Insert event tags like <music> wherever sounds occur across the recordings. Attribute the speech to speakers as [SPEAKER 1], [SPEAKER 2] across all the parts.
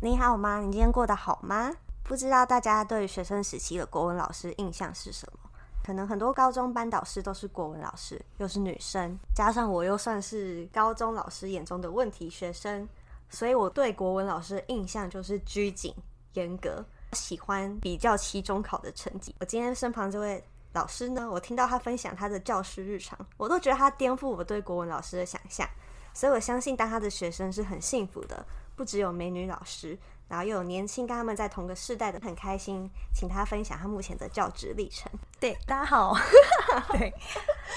[SPEAKER 1] 你好吗？你今天过得好吗？不知道大家对于学生时期的国文老师印象是什么？可能很多高中班导师都是国文老师，又是女生，加上我又算是高中老师眼中的问题学生，所以我对国文老师的印象就是拘谨、严格，喜欢比较期中考的成绩。我今天身旁这位老师呢，我听到他分享他的教师日常，我都觉得他颠覆我对国文老师的想象，所以我相信当他的学生是很幸福的，不只有美女老师。然后又有年轻跟他们在同个世代的，很开心，请他分享他目前的教职历程。
[SPEAKER 2] 对，大家
[SPEAKER 1] <laughs>
[SPEAKER 2] 好，对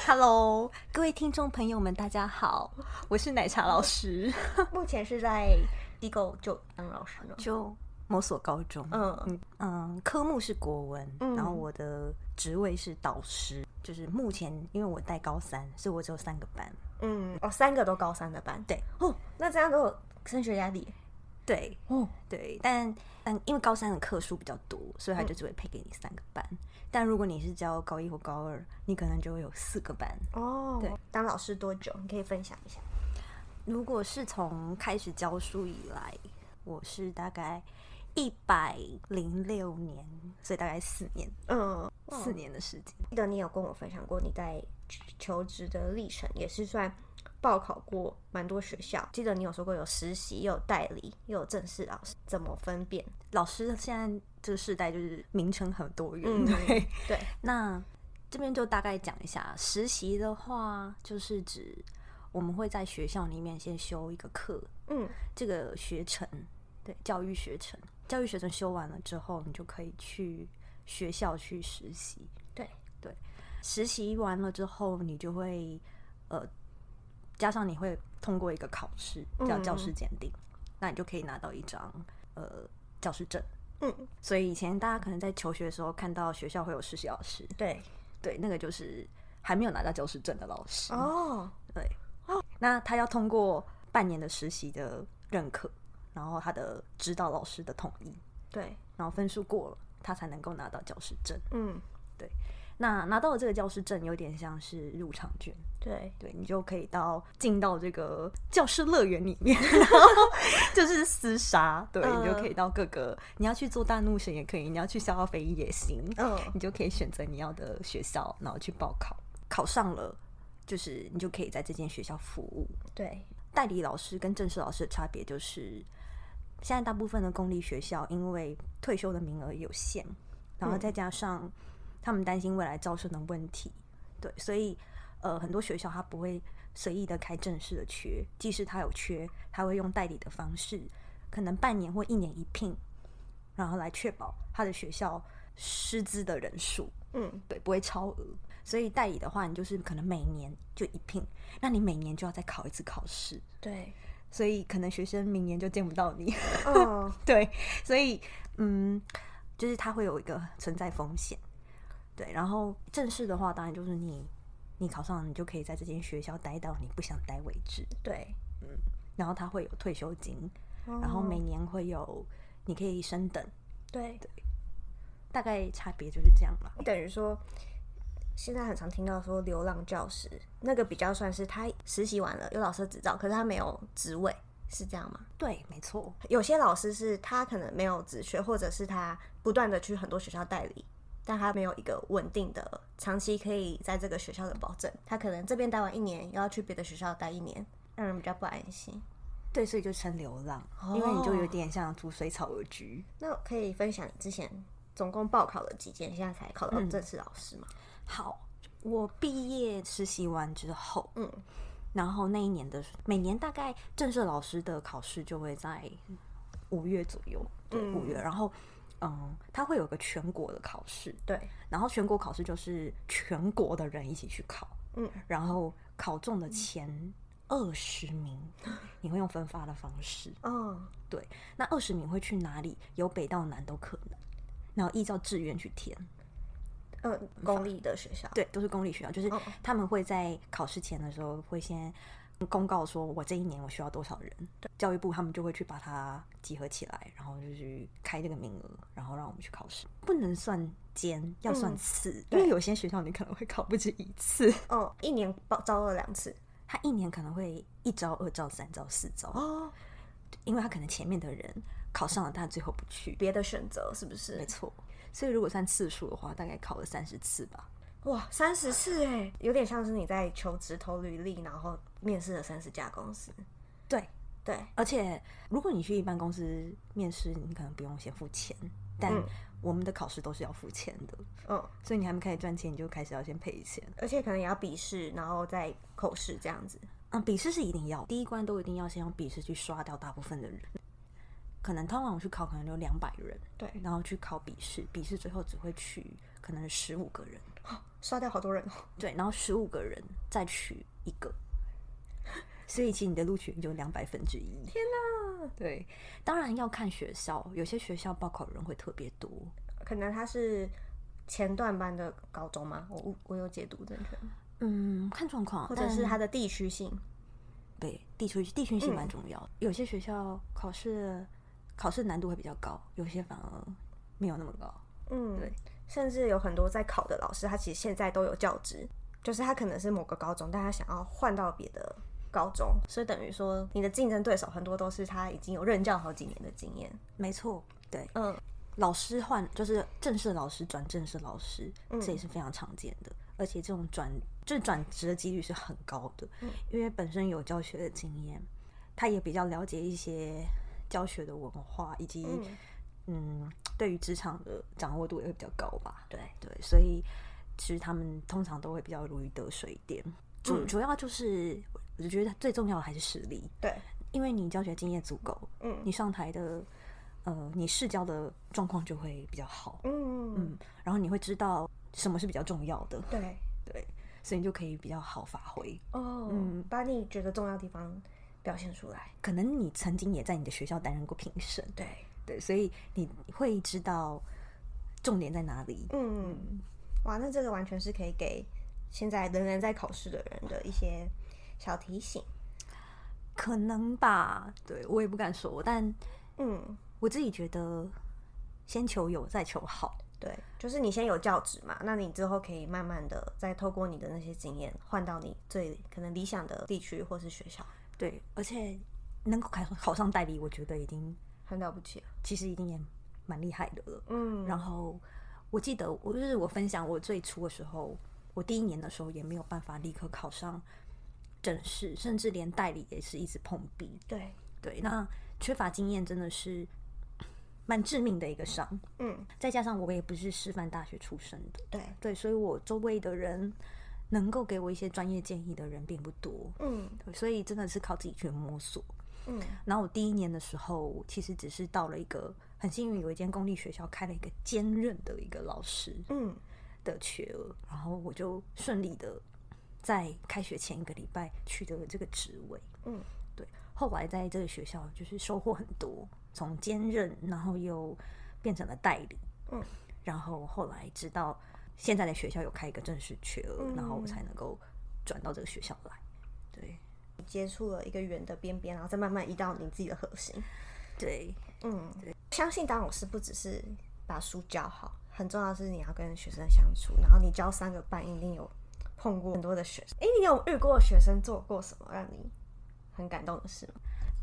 [SPEAKER 2] ，Hello，各位听众朋友们，大家好，我是奶茶老师，
[SPEAKER 3] 目前是在机构就当老师呢。
[SPEAKER 2] 就某所高中，
[SPEAKER 3] 嗯，
[SPEAKER 2] 嗯，科目是国文，
[SPEAKER 1] 嗯
[SPEAKER 2] 然后我的职位是导师，就是目前因为我带高三，所以我只有三个班，
[SPEAKER 1] 嗯，
[SPEAKER 3] 哦，三个都高三的班。
[SPEAKER 2] 对，
[SPEAKER 3] 哦，那这样都有升学压力。
[SPEAKER 2] 对
[SPEAKER 3] 哦，
[SPEAKER 2] 对，但但因为高三的课数比较多，所以他就只会配给你三个班，但如果你是教高一或高二，你可能就会有四个班，
[SPEAKER 1] 哦，
[SPEAKER 2] 对，
[SPEAKER 1] 当老师多久？你可以分享一下。
[SPEAKER 2] 如果是从开始教书以来，我是大概一百零六年，所以大概四年，
[SPEAKER 1] 嗯，
[SPEAKER 2] 四年的时间。
[SPEAKER 1] 记得你有跟我分享过你在求职的历程，也是算报考过蛮多学校。记得你有说过有实习，又有代理，又有正式老师，怎么分辨？
[SPEAKER 2] 老师现在这个时代就是名称很多元，
[SPEAKER 1] 嗯
[SPEAKER 2] 对。
[SPEAKER 1] 对，
[SPEAKER 2] 那这边就大概讲一下，实习的话就是指我们会在学校里面先修一个课，
[SPEAKER 1] 嗯，
[SPEAKER 2] 这个学程，对，教育学程，教育学程修完了之后，你就可以去学校去实习。
[SPEAKER 1] 对
[SPEAKER 2] 对，实习完了之后，你就会呃，加上你会通过一个考试，叫
[SPEAKER 1] 嗯
[SPEAKER 2] 教师检定，那你就可以拿到一张呃教师证。
[SPEAKER 1] 嗯，
[SPEAKER 2] 所以以前大家可能在求学的时候看到学校会有实习老师，
[SPEAKER 3] 对，
[SPEAKER 2] 对，那个就是还没有拿到教师证的老师。
[SPEAKER 1] 哦，
[SPEAKER 2] 对，那他要通过半年的实习的认可，然后他的指导老师的同意，
[SPEAKER 1] 对，
[SPEAKER 2] 然后分数过了，他才能够拿到教师证。
[SPEAKER 1] 嗯，
[SPEAKER 2] 那拿到了这个教师证，有点像是入场券，
[SPEAKER 1] 对，
[SPEAKER 2] 对你就可以到进到这个教师乐园里面，然后就是厮杀，对、 <laughs> 你就可以到各个，你要去做大怒神也可以，你要去逍遥飞鹰也行，
[SPEAKER 1] 嗯，
[SPEAKER 2] 你就可以选择你要的学校，然后去报考，考上了，就是你就可以在这间学校服务。
[SPEAKER 1] 对，
[SPEAKER 2] 代理老师跟正式老师的差别就是，现在大部分的公立学校因为退休的名额有限，然后再加上他们担心未来招生的问题，对，所以呃很多学校它不会随意的开正式的缺，即使它有缺，它会用代理的方式，可能半年或一年一聘，然后来确保他的学校师资的人数。
[SPEAKER 1] 嗯，
[SPEAKER 2] 对，不会超额。所以代理的话，你就是可能每年就一聘，那你每年就要再考一次考试，
[SPEAKER 1] 对，
[SPEAKER 2] 所以可能学生明年就见不到你。 <laughs>
[SPEAKER 1] 嗯，
[SPEAKER 2] 对，所以嗯，就是它会有一个存在风险。对，然后正式的话，当然就是你你考上了，你就可以在这间学校待到你不想待为止。
[SPEAKER 1] 对，
[SPEAKER 2] 然后它会有退休金，
[SPEAKER 1] 然
[SPEAKER 2] 然后每年会有你可以升等，
[SPEAKER 1] 对，
[SPEAKER 2] 大概差别就是这样吧。
[SPEAKER 1] 等于说，现在很常听到说流浪教师，那个比较算是他实习完了有老师的执照，可是他没有职位，是这样吗？
[SPEAKER 2] 对，没错。
[SPEAKER 1] 有些老师是他可能没有职学，或者是他不断的去很多学校代理，但他没有一个稳定的长期可以在这个学校的保证，他可能这边待完一年，又要去别的学校待一年，让人比较不安心。
[SPEAKER 2] 对，所以就称流浪，因为你就
[SPEAKER 1] 哦
[SPEAKER 2] 有点像逐水草而居。
[SPEAKER 1] 那可以分享你之前总共报考了几间，现在才考到正式老师吗？
[SPEAKER 2] 好，我毕业实习完之后，
[SPEAKER 1] 嗯，
[SPEAKER 2] 然后那一年的每年大概正式老师的考试就会在五月左右，对，
[SPEAKER 1] 嗯
[SPEAKER 2] 五月，然后。嗯，它会有个全国的考试，
[SPEAKER 1] 对，
[SPEAKER 2] 然后全国考试就是全国的人一起去考，
[SPEAKER 1] 嗯，
[SPEAKER 2] 然后考中的前二十名，你会用分发的方式，
[SPEAKER 1] 哦，
[SPEAKER 2] 对，那二十名会去哪里？由北到南都可能，然后依照志愿去填，
[SPEAKER 1] 呃，公立的学校，
[SPEAKER 2] 对，都是公立学校，就是
[SPEAKER 1] 哦
[SPEAKER 2] 他们会在考试前的时候会先公告说，我这一年我需要多少人，教育部他们就会去把它集合起来，然后就去开这个名额，然后让我们去考试，不能算间，要算
[SPEAKER 1] 嗯
[SPEAKER 2] 次，因
[SPEAKER 1] 对
[SPEAKER 2] 为有些学校你可能会考不止一次，
[SPEAKER 1] 哦，一年报招了两次
[SPEAKER 2] 他一年可能会一招、二招、三招、四招，
[SPEAKER 1] 哦，
[SPEAKER 2] 因为他可能前面的人考上了，但最后不去。
[SPEAKER 1] 别的选择是不
[SPEAKER 2] 没
[SPEAKER 1] 是？
[SPEAKER 2] 错，所以如果算次数的话，大概考了三十次吧。
[SPEAKER 1] 哇，三十次哎，有点像是你在求职投履历，然后面试了三十家公司。
[SPEAKER 2] 对，
[SPEAKER 1] 对，
[SPEAKER 2] 而且如果你去一般公司面试，你可能不用先付钱，但
[SPEAKER 1] 嗯
[SPEAKER 2] 我们的考试都是要付钱的，
[SPEAKER 1] 嗯，
[SPEAKER 2] 所以你还没开始赚钱，你就开始要先赔钱。
[SPEAKER 1] 而且可能也要笔试，然后再口试这样子。
[SPEAKER 2] 嗯，笔试是一定要，第一关都一定要先用笔试去刷掉大部分的人。可能通常我去考，可能有两百人，
[SPEAKER 1] 对，
[SPEAKER 2] 然后去考笔试，笔试最后只会取可能十五个人，
[SPEAKER 1] 刷掉好多人哦。
[SPEAKER 2] 对，然后十五个人再取一个，所以其实你的录取率就两百分之一。天哪！对，当然要看学校，有些学校报考的人会特别多，
[SPEAKER 1] 可能他是前段班的高中吗？我我我有解读正确吗，
[SPEAKER 2] 嗯，看状况，
[SPEAKER 1] 或者是
[SPEAKER 2] 但
[SPEAKER 1] 他的地区性。
[SPEAKER 2] 对地区地区性
[SPEAKER 1] 嗯
[SPEAKER 2] 蛮重要的、有些学校考试考试难度会比较高，有些反而没有那么高。
[SPEAKER 1] 嗯，
[SPEAKER 2] 对。
[SPEAKER 1] 甚至有很多在考的老师，他其实现在都有教职，就是他可能是某个高中，但他想要换到别的高中，所以等于说你的竞争对手很多都是他已经有任教好几年的经验。
[SPEAKER 2] 没错，对，
[SPEAKER 1] 嗯，
[SPEAKER 2] 老师换就是正式老师转正式老师，
[SPEAKER 1] 嗯
[SPEAKER 2] 这也是非常常见的，而且这种转就是转职的几率是很高的，
[SPEAKER 1] 嗯
[SPEAKER 2] 因为本身有教学的经验，他也比较了解一些教学的文化以及
[SPEAKER 1] 嗯
[SPEAKER 2] 嗯对于职场的掌握度也会比较高吧。
[SPEAKER 1] 对，
[SPEAKER 2] 对，所以其实他们通常都会比较如鱼得水一点。主、
[SPEAKER 1] 嗯
[SPEAKER 2] 主要就是，我觉得最重要的还是实力，
[SPEAKER 1] 对，
[SPEAKER 2] 因为你教学经验足够，
[SPEAKER 1] 嗯
[SPEAKER 2] 你上台的呃，你试教的状况就会比较好，
[SPEAKER 1] 嗯嗯，
[SPEAKER 2] 嗯，然后你会知道什么是比较重要的，
[SPEAKER 1] 对，
[SPEAKER 2] 对，所以你就可以比较好发挥。
[SPEAKER 1] 哦，
[SPEAKER 2] 嗯
[SPEAKER 1] 把你觉得重要的地方表现出来。
[SPEAKER 2] 可能你曾经也在你的学校担任过评审，
[SPEAKER 1] 对，
[SPEAKER 2] 对，所以你会知道重点在哪里。
[SPEAKER 1] 嗯，哇，那这个完全是可以给现在仍然在考试的人的一些小提醒。
[SPEAKER 2] 可能吧，对我也不敢说，但
[SPEAKER 1] 嗯，
[SPEAKER 2] 我自己觉得，先求有再求好。
[SPEAKER 1] 对，就是你先有教职嘛，那你之后可以慢慢的再透过你的那些经验，换到你最可能理想的地区或是学校，
[SPEAKER 2] 对，而且能够考考上代理，我觉得已经
[SPEAKER 1] 很了不起了。
[SPEAKER 2] 其实已经也蛮厉害的了。
[SPEAKER 1] 嗯，
[SPEAKER 2] 然后我记得，我就是我分享我最初的时候，我第一年的时候也没有办法立刻考上正式，甚至连代理也是一直碰壁。
[SPEAKER 1] 对，
[SPEAKER 2] 对，那缺乏经验真的是蛮致命的一个伤。
[SPEAKER 1] 嗯，
[SPEAKER 2] 再加上我也不是师范大学出身的，
[SPEAKER 1] 对，
[SPEAKER 2] 对，所以我周围的人能够给我一些专业建议的人并不多。
[SPEAKER 1] 嗯
[SPEAKER 2] 对所以真的是靠自己去摸索。
[SPEAKER 1] 嗯
[SPEAKER 2] 然后我第一年的时候，其实只是到了一个很幸运，有一间公立学校开了一个兼任的一个老师
[SPEAKER 1] 嗯，
[SPEAKER 2] 的缺额，然后我就顺利的在开学前一个礼拜取得了这个职位。
[SPEAKER 1] 嗯，
[SPEAKER 2] 对。后来在这个学校就是收获很多，从兼任，然后又变成了代理。
[SPEAKER 1] 嗯，
[SPEAKER 2] 然后后来直到现在的学校有开一个正式缺额，
[SPEAKER 1] 嗯
[SPEAKER 2] 然后我才能够转到这个学校来。对
[SPEAKER 1] 接触了一个圆的边边，然后再慢慢移到你自己的核心。
[SPEAKER 2] 对，
[SPEAKER 1] 嗯，相信当老师不只是把书教好，很重要的是你要跟学生相处，然后你教三个班，一定有碰过很多的学生。哎，你有遇过学生做过什么让你很感动的事吗？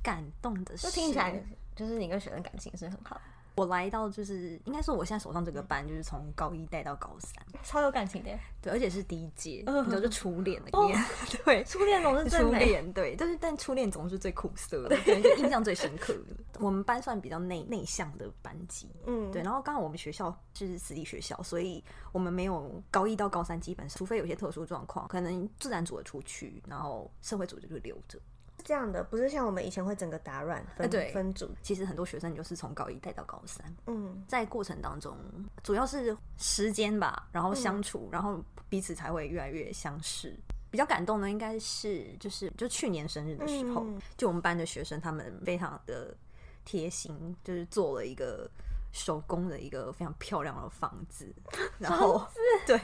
[SPEAKER 2] 感动的是，
[SPEAKER 1] 就听起来就是你跟学生感情是很好的。 <laughs>
[SPEAKER 2] 我来到就是应该说我现在手上这个班就是从高一带到高三，
[SPEAKER 1] 超有感情的，
[SPEAKER 2] 对，而且是第一届，
[SPEAKER 1] 嗯哦
[SPEAKER 2] 你知道就初恋的恋，对，
[SPEAKER 1] 初恋总是最
[SPEAKER 2] 初
[SPEAKER 1] 美。
[SPEAKER 2] 恋对，但是但初恋总是最苦涩的，对，就印象最深刻的。 <laughs> 我们班算比较内内向的班级，
[SPEAKER 1] 嗯，
[SPEAKER 2] 对，然后刚好我们学校是私立学校，所以我们没有高一到高三，基本上除非有些特殊状况，可能自然组的出去，然后社会组的就留着。
[SPEAKER 1] 是这样的，不是像我们以前会整个打乱分、
[SPEAKER 2] 哎对
[SPEAKER 1] 分组。
[SPEAKER 2] 其实很多学生就是从高一带到高三，
[SPEAKER 1] 嗯
[SPEAKER 2] 在过程当中，主要是时间吧，然后
[SPEAKER 1] 嗯
[SPEAKER 2] 相处，然后彼此才会越来越相识。比较感动的应该是就是就去年生日的时候，
[SPEAKER 1] 嗯
[SPEAKER 2] 就我们班的学生他们非常的贴心，就是做了一个手工的一个非常漂亮的房子，然后对，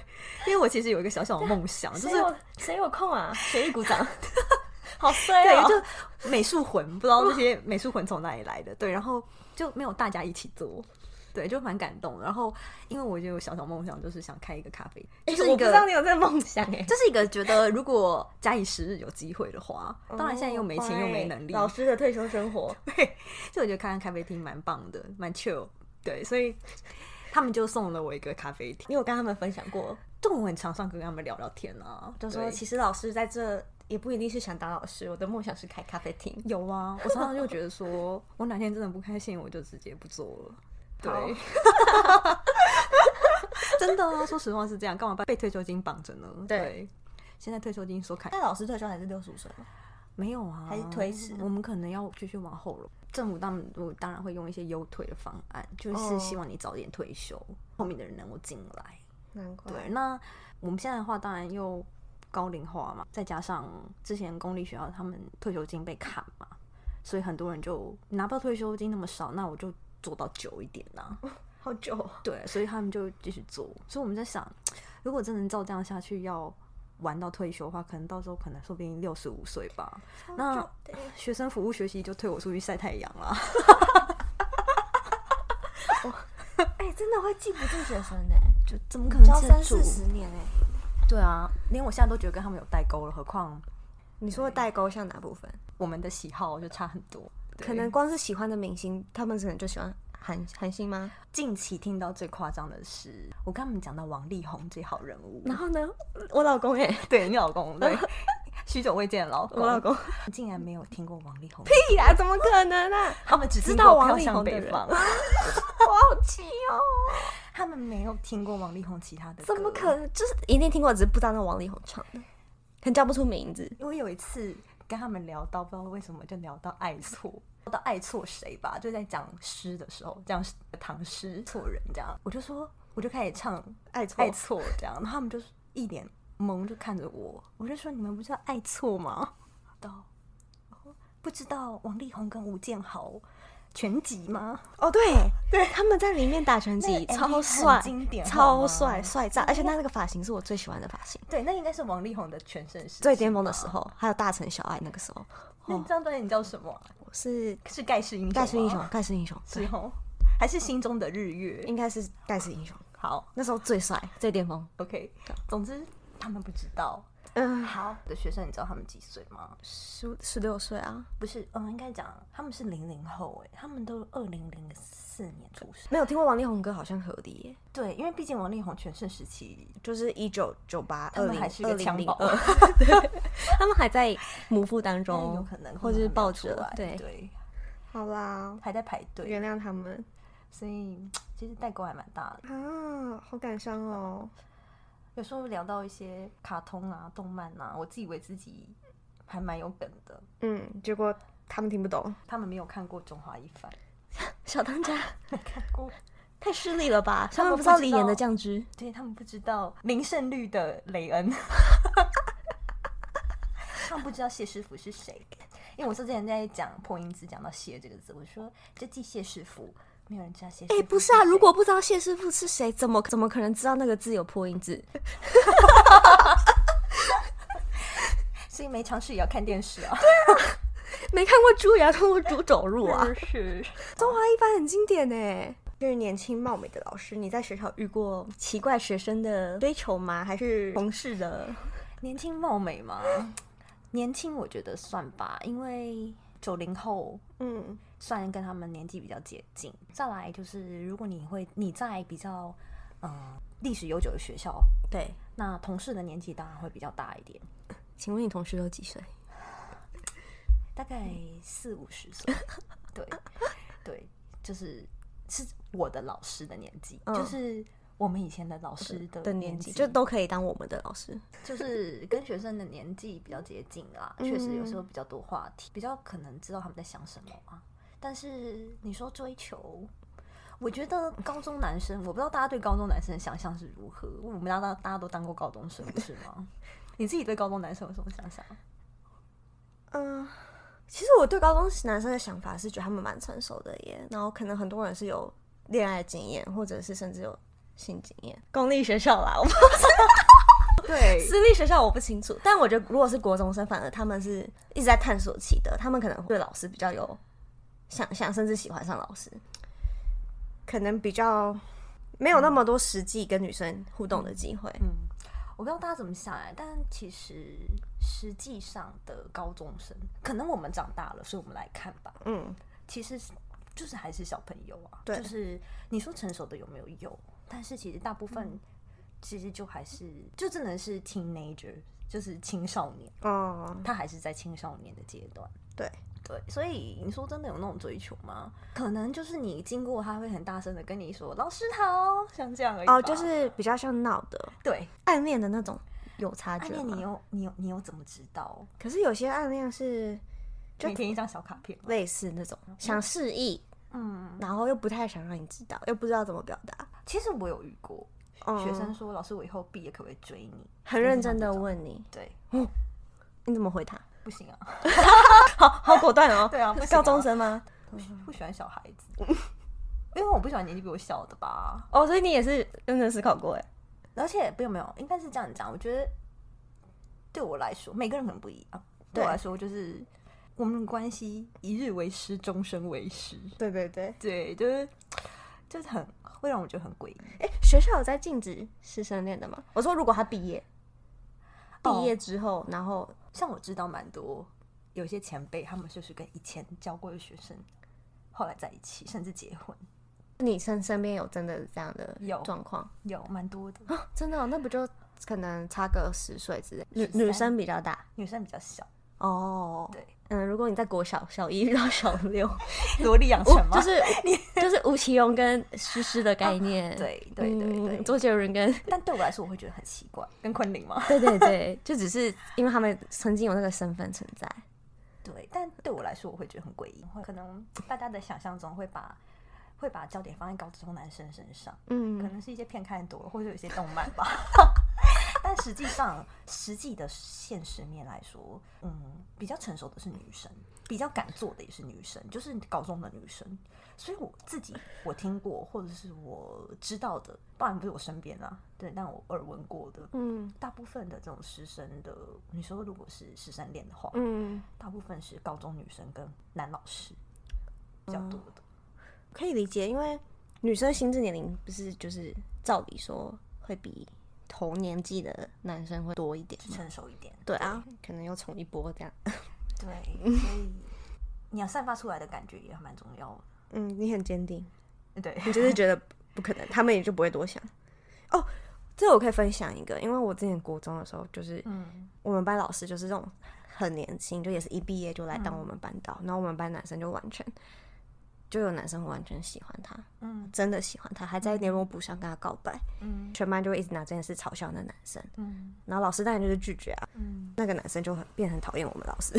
[SPEAKER 2] 因为我其实有一个小小的梦想，
[SPEAKER 1] <laughs>
[SPEAKER 2] 就
[SPEAKER 1] 嗯谁
[SPEAKER 2] 是
[SPEAKER 1] 有谁有空 <laughs> 啊？学艺鼓掌，好衰
[SPEAKER 2] 对，
[SPEAKER 1] 哦！
[SPEAKER 2] 就美术魂，不知道那些美术魂从哪里来的。对，然后就没有大家一起做，对，就蛮感动的。然后，因为我就有小小梦想，就是想开一个咖啡，
[SPEAKER 1] 就
[SPEAKER 2] 就是
[SPEAKER 1] 哎我
[SPEAKER 2] 一
[SPEAKER 1] 不
[SPEAKER 2] 个
[SPEAKER 1] 知道你有这个梦想哎、
[SPEAKER 2] 这是一个觉得，如果假以时日有机会的话，当然现在又没钱
[SPEAKER 1] 哦
[SPEAKER 2] 又没能力，
[SPEAKER 1] 老师的退休生活，
[SPEAKER 2] 就我觉得开看咖啡厅蛮棒的，蛮 chill。对，所以他们就送了我一个咖啡厅，
[SPEAKER 1] 你有跟他们分享过？
[SPEAKER 2] 就我很常上课跟他们聊聊天啊，
[SPEAKER 1] 就说
[SPEAKER 2] 对
[SPEAKER 1] 其实老师在这也不一定是想当老师，我的梦想是开咖啡厅。
[SPEAKER 2] 有啊，我常常就觉得说， <laughs> 我哪天真的不开心，我就直接不做了。
[SPEAKER 1] 好
[SPEAKER 2] 对， <laughs> 真的啊，说实话是这样，干嘛被被退休金绑着呢？
[SPEAKER 1] 对
[SPEAKER 2] 现在退休金说砍
[SPEAKER 1] 但老师退休还是六十五岁吗？
[SPEAKER 2] 没有啊，
[SPEAKER 1] 还是推迟
[SPEAKER 2] 我们可能要继续往后了。政府当我当然会用一些优退的方案，
[SPEAKER 1] 哦
[SPEAKER 2] 就是希望你早点退休，后面的人能够进来。
[SPEAKER 1] 难怪。
[SPEAKER 2] 对，那我们现在的话，当然又高龄化嘛，再加上之前公立学校他们退休金被砍嘛，所以很多人就拿不到退休金那么少，那我就做到久一点呐、
[SPEAKER 1] 好久哦、
[SPEAKER 2] 对，所以他们就继续做。所以我们在想，如果真的照这样下去，要玩到退休的话，可能到时候可能说不定六十五岁吧。那
[SPEAKER 1] 对
[SPEAKER 2] 学生服务学习就推我出去晒太阳啦。
[SPEAKER 1] 哎、真的会记不住学生呢、
[SPEAKER 2] 就怎么可能
[SPEAKER 1] 教
[SPEAKER 2] 记得
[SPEAKER 1] 三
[SPEAKER 2] 住
[SPEAKER 1] 四？十年哎、
[SPEAKER 2] 对啊，连我现在都觉得跟他们有代沟了，何况
[SPEAKER 1] 你说的代沟像哪部分？
[SPEAKER 2] 我们的喜好就差很多。对
[SPEAKER 1] 可能光是喜欢的明星，他们可能就喜欢韩韩星吗？
[SPEAKER 2] 近期听到最夸张的是，我跟他们讲到王力宏这号人物，
[SPEAKER 1] 然后呢， <laughs> 我老公哎、
[SPEAKER 2] <laughs> 对你老公，对 <laughs> 许久未见的老公，
[SPEAKER 1] 我老公，
[SPEAKER 2] 竟然没有听过王力宏，
[SPEAKER 1] 屁啦，怎么可能 <laughs> 啊？
[SPEAKER 2] 他们只
[SPEAKER 1] 知
[SPEAKER 2] 听
[SPEAKER 1] 道
[SPEAKER 2] 过
[SPEAKER 1] 王
[SPEAKER 2] 飘
[SPEAKER 1] 力
[SPEAKER 2] 向
[SPEAKER 1] 宏的
[SPEAKER 2] 北
[SPEAKER 1] 人
[SPEAKER 2] 方，
[SPEAKER 1] 我好气哦、
[SPEAKER 2] <laughs> 他们没有听过王力宏其他的歌，
[SPEAKER 1] 怎么可？能？就是一定听过，只是不知道那王力宏唱的，可能叫不出名字。
[SPEAKER 2] 因为有一次跟他们聊到，不知道为什么就聊到爱错，聊到爱错谁吧，就在讲诗的时候，讲唐诗错人这样，我就说，我就开始唱
[SPEAKER 1] 爱错
[SPEAKER 2] 爱错这样，然后他们就是一脸懵，就看着我，我就说你们不知道爱错吗？到不知道王力宏跟吴建豪全集吗？
[SPEAKER 1] 哦，对对，他们在里面打拳击，
[SPEAKER 2] 那个 MV
[SPEAKER 1] 超
[SPEAKER 2] 很
[SPEAKER 1] 帅，
[SPEAKER 2] 经典好
[SPEAKER 1] 超
[SPEAKER 2] 吗
[SPEAKER 1] 帅，帅炸！而且他那个发型是我最喜欢的发型，
[SPEAKER 2] 对，那应该是王力宏的全盛时期
[SPEAKER 1] 最巅峰的
[SPEAKER 2] 吧
[SPEAKER 1] 时。候，还有大城小爱那个时候，
[SPEAKER 2] 那张专辑叫什么啊？
[SPEAKER 1] 我是
[SPEAKER 2] 是盖世英雄吗？
[SPEAKER 1] 盖世英雄，盖世英雄，
[SPEAKER 2] 是哦，还是心中的日月？
[SPEAKER 1] 应该是盖世英雄，
[SPEAKER 2] 好
[SPEAKER 1] 那时候最帅，最巅峰。
[SPEAKER 2] ，OK。总之他们不知道。
[SPEAKER 1] 嗯，
[SPEAKER 2] 好的学生，你知道他们几岁吗？
[SPEAKER 1] 十十六岁啊，
[SPEAKER 2] 不是，嗯，应该讲他们是零零后，哎，他们都二零零四年出生。
[SPEAKER 1] 没有听过王力宏歌好像合理耶，
[SPEAKER 2] 对，因为毕竟王力宏全盛时期，
[SPEAKER 1] 就是一九九八、
[SPEAKER 2] 他
[SPEAKER 1] 二
[SPEAKER 2] 们
[SPEAKER 1] 零
[SPEAKER 2] 还是一
[SPEAKER 1] 二
[SPEAKER 2] 个
[SPEAKER 1] 零
[SPEAKER 2] 襁
[SPEAKER 1] 零
[SPEAKER 2] 褓，
[SPEAKER 1] 二， <laughs> 他们还在母腹当
[SPEAKER 2] <laughs>
[SPEAKER 1] 中，
[SPEAKER 2] 有可能
[SPEAKER 1] 或者是抱
[SPEAKER 2] 抱出
[SPEAKER 1] 着
[SPEAKER 2] 来，，
[SPEAKER 1] 对，
[SPEAKER 2] 对，
[SPEAKER 1] 好啦，
[SPEAKER 2] 还在排队，
[SPEAKER 1] 原谅他们
[SPEAKER 2] 所以其实代沟还蛮大的。
[SPEAKER 1] 啊，好感伤哦。
[SPEAKER 2] 有时候聊到一些卡通啊、动漫啊，我自以为自己还蛮有梗的，
[SPEAKER 1] 嗯，结果他们听不懂，
[SPEAKER 2] 他们没有看过《中华一番》，
[SPEAKER 1] 小当家 <laughs>
[SPEAKER 2] 没看过。
[SPEAKER 1] 太失礼了吧？他们不
[SPEAKER 2] 们不
[SPEAKER 1] 知道
[SPEAKER 2] 知
[SPEAKER 1] 李岩的
[SPEAKER 2] 道
[SPEAKER 1] 酱汁，
[SPEAKER 2] <laughs> 对他们不知道林胜率的雷恩， <laughs> 他们不知道谢师傅是谁。因为我之前在讲破音字，讲到“谢”这个字，我说这记谢师傅，没有人知道谢师傅。
[SPEAKER 1] 哎、不是啊，如果不知道谢师傅是谁，怎么怎么可能知道那个字有破音字？
[SPEAKER 2] 所以没尝试也要看电视啊。
[SPEAKER 1] <laughs> 没看过猪也要看过猪走路啊！
[SPEAKER 2] 是，
[SPEAKER 1] 中华一番很经典呢。就是年轻貌美的老师，你在学校遇过奇怪学生的追求吗？还是同事的？
[SPEAKER 2] <laughs> 年轻貌美嘛，年轻我觉得算吧，因为九零后
[SPEAKER 1] 嗯，
[SPEAKER 2] 算跟他们年纪比较接近。再来就是，如果你会你在比较嗯历史悠久的学校，
[SPEAKER 1] 对。
[SPEAKER 2] 那同事的年纪当然会比较大一点，
[SPEAKER 1] 请问你同事都几岁？
[SPEAKER 2] 大概四五十岁， <laughs> 对对，就是是我的老师的年纪，
[SPEAKER 1] 嗯
[SPEAKER 2] 就是我们以前的老师的
[SPEAKER 1] 的年
[SPEAKER 2] 年
[SPEAKER 1] 纪
[SPEAKER 2] 纪，
[SPEAKER 1] 就都可以当我们的老师。
[SPEAKER 2] 就是跟学生的年纪比较接近啦，
[SPEAKER 1] 嗯
[SPEAKER 2] 确实有时候比较多话题，比较可能知道他们在想什么啊。但是你说追求，我觉得高中男生，我不知道大家对高中男生的想象是如何。我们大家大家都当过高中生，不是吗？ <laughs> 你自己对高中男生有什么想象？
[SPEAKER 1] 嗯，其实我对高中男生的想法是觉得他们蛮成熟的耶，然后可能很多人是有恋爱经验，或者是甚至有性经验。公立学校啦，我不
[SPEAKER 2] <laughs> 对
[SPEAKER 1] 私立学校我不清楚，但我觉得如果是国中生，反而他们是一直在探索期的，他们可能对老师比较有想象，甚至喜欢上老师。可能比较没有那么多实际跟女生互动的机会。
[SPEAKER 2] 嗯，我不知道大家怎么想哎，但其实实际上的高中生，可能我们长大了，所以我们来看吧。
[SPEAKER 1] 嗯，
[SPEAKER 2] 其实是就是还是小朋友啊，
[SPEAKER 1] 对
[SPEAKER 2] 就是你说成熟的有没有有？但是其实大部
[SPEAKER 1] 嗯
[SPEAKER 2] 分其实就还是就只能是 teenager，就是青少年，
[SPEAKER 1] 哦，
[SPEAKER 2] 他还是在青少年的阶段。
[SPEAKER 1] 对
[SPEAKER 2] 对，所以你说真的有那种追求吗？可能就是你经过，他会很大声的跟你说“老师好”，像这样而已吧。
[SPEAKER 1] 哦，就是比较像闹的
[SPEAKER 2] 对
[SPEAKER 1] 暗恋的那种，有察
[SPEAKER 2] 暗
[SPEAKER 1] 觉
[SPEAKER 2] 恋，
[SPEAKER 1] 吗
[SPEAKER 2] 你又你又你又怎么知道？
[SPEAKER 1] 可是有些暗恋是
[SPEAKER 2] 每天一张小卡片吗？
[SPEAKER 1] 类似那种想示意，
[SPEAKER 2] 嗯，
[SPEAKER 1] 然后又不太想让你知道，又不知道怎么表达，
[SPEAKER 2] 其实我有遇过，
[SPEAKER 1] 嗯
[SPEAKER 2] 学生说：“老师，我以后毕业可不可以追你
[SPEAKER 1] 很认真的问你？”，
[SPEAKER 2] 对，
[SPEAKER 1] 你怎么回他？
[SPEAKER 2] 不行啊。
[SPEAKER 1] <laughs> 好果断哦！
[SPEAKER 2] 对 <laughs> 啊不行啊
[SPEAKER 1] 高中生吗？
[SPEAKER 2] 不喜欢小孩子，
[SPEAKER 1] 嗯
[SPEAKER 2] <laughs> 因为我不喜欢年纪比我小的吧。
[SPEAKER 1] 哦，所以你也是认真思考过哎。
[SPEAKER 2] 而且不有没有，应该是这样讲。我觉得对我来说，每个人可能不一样。
[SPEAKER 1] 对
[SPEAKER 2] 对我来说，就是我们的关系一日为师，终身为师。
[SPEAKER 1] 对对对，
[SPEAKER 2] 对，就是就是很会让我觉得很诡异。
[SPEAKER 1] 哎，学校有在禁止师生恋的吗？我说如果他毕业，
[SPEAKER 2] 哦
[SPEAKER 1] 毕业之后，然后
[SPEAKER 2] 像我知道蛮多有些前辈，他们就是跟以前教过的学生，后来在一起，甚至结婚，
[SPEAKER 1] 你身身边有真的这样的
[SPEAKER 2] 有
[SPEAKER 1] 状况
[SPEAKER 2] 有蛮多的。
[SPEAKER 1] 啊？真的哦、那不就可能差个十岁之类？女
[SPEAKER 2] 13
[SPEAKER 1] 女生比较大
[SPEAKER 2] 女生比较小，
[SPEAKER 1] 哦。
[SPEAKER 2] 对，
[SPEAKER 1] 嗯，如果你在国小小一遇到小
[SPEAKER 2] <laughs>
[SPEAKER 1] 六，
[SPEAKER 2] 萝莉养成
[SPEAKER 1] 无哦
[SPEAKER 2] 吗？
[SPEAKER 1] 就是
[SPEAKER 2] <laughs>
[SPEAKER 1] 就是吴奇隆跟诗诗的概念，
[SPEAKER 2] 哦对对对对
[SPEAKER 1] 嗯周杰伦
[SPEAKER 2] <laughs>
[SPEAKER 1] 跟？
[SPEAKER 2] 但对我来说，我会觉得很奇怪，跟昆凌吗
[SPEAKER 1] 对对对，就只是因为他们曾经有那个身份存在。
[SPEAKER 2] 对，但对我来说，我会觉得很诡异。会可能大家的想象中会把会把焦点放在高中男生身上，可
[SPEAKER 1] 嗯，
[SPEAKER 2] 能是一些片看多了，或者有一些动漫吧。 <laughs> 但实际上，实际的现实面来说，嗯，比较成熟的是女生，比较敢做的也是女生，就是高中的女生。所以我自己我听过，或者是我知道的，当然不是我身边啦，对，但我耳闻过的，
[SPEAKER 1] 嗯
[SPEAKER 2] 大部分的这种师生的，你说如果是师生恋的话，
[SPEAKER 1] 嗯，
[SPEAKER 2] 大部分是高中女生跟男老师比较多的。
[SPEAKER 1] 可以理解，因为女生心智年龄不是就是照理说会比同年纪的男生会多一点嘛？
[SPEAKER 2] 成熟一点，
[SPEAKER 1] 对啊，可能又重一波这样。
[SPEAKER 2] 对，所以你要散发出来的感觉也蛮重要
[SPEAKER 1] 嗯，你很坚定，
[SPEAKER 2] 的。对，
[SPEAKER 1] 你就是觉得不可能，他们也就不会多想。哦，这我可以分享一个，因为我之前国中的时候，就是
[SPEAKER 2] 嗯，
[SPEAKER 1] 我们班老师就是这种很年轻，就也是一毕业就来当我们班导，然后我们班男生就完全就有男生完全喜欢他，
[SPEAKER 2] 嗯
[SPEAKER 1] 真的喜欢他，还在联络簿上跟他告白，
[SPEAKER 2] 嗯
[SPEAKER 1] 全班就会一直拿这件事嘲笑那男生，
[SPEAKER 2] 嗯
[SPEAKER 1] 然后老师当然就是拒绝啊，
[SPEAKER 2] 嗯，
[SPEAKER 1] 那个男生就很变得很讨厌我们老师，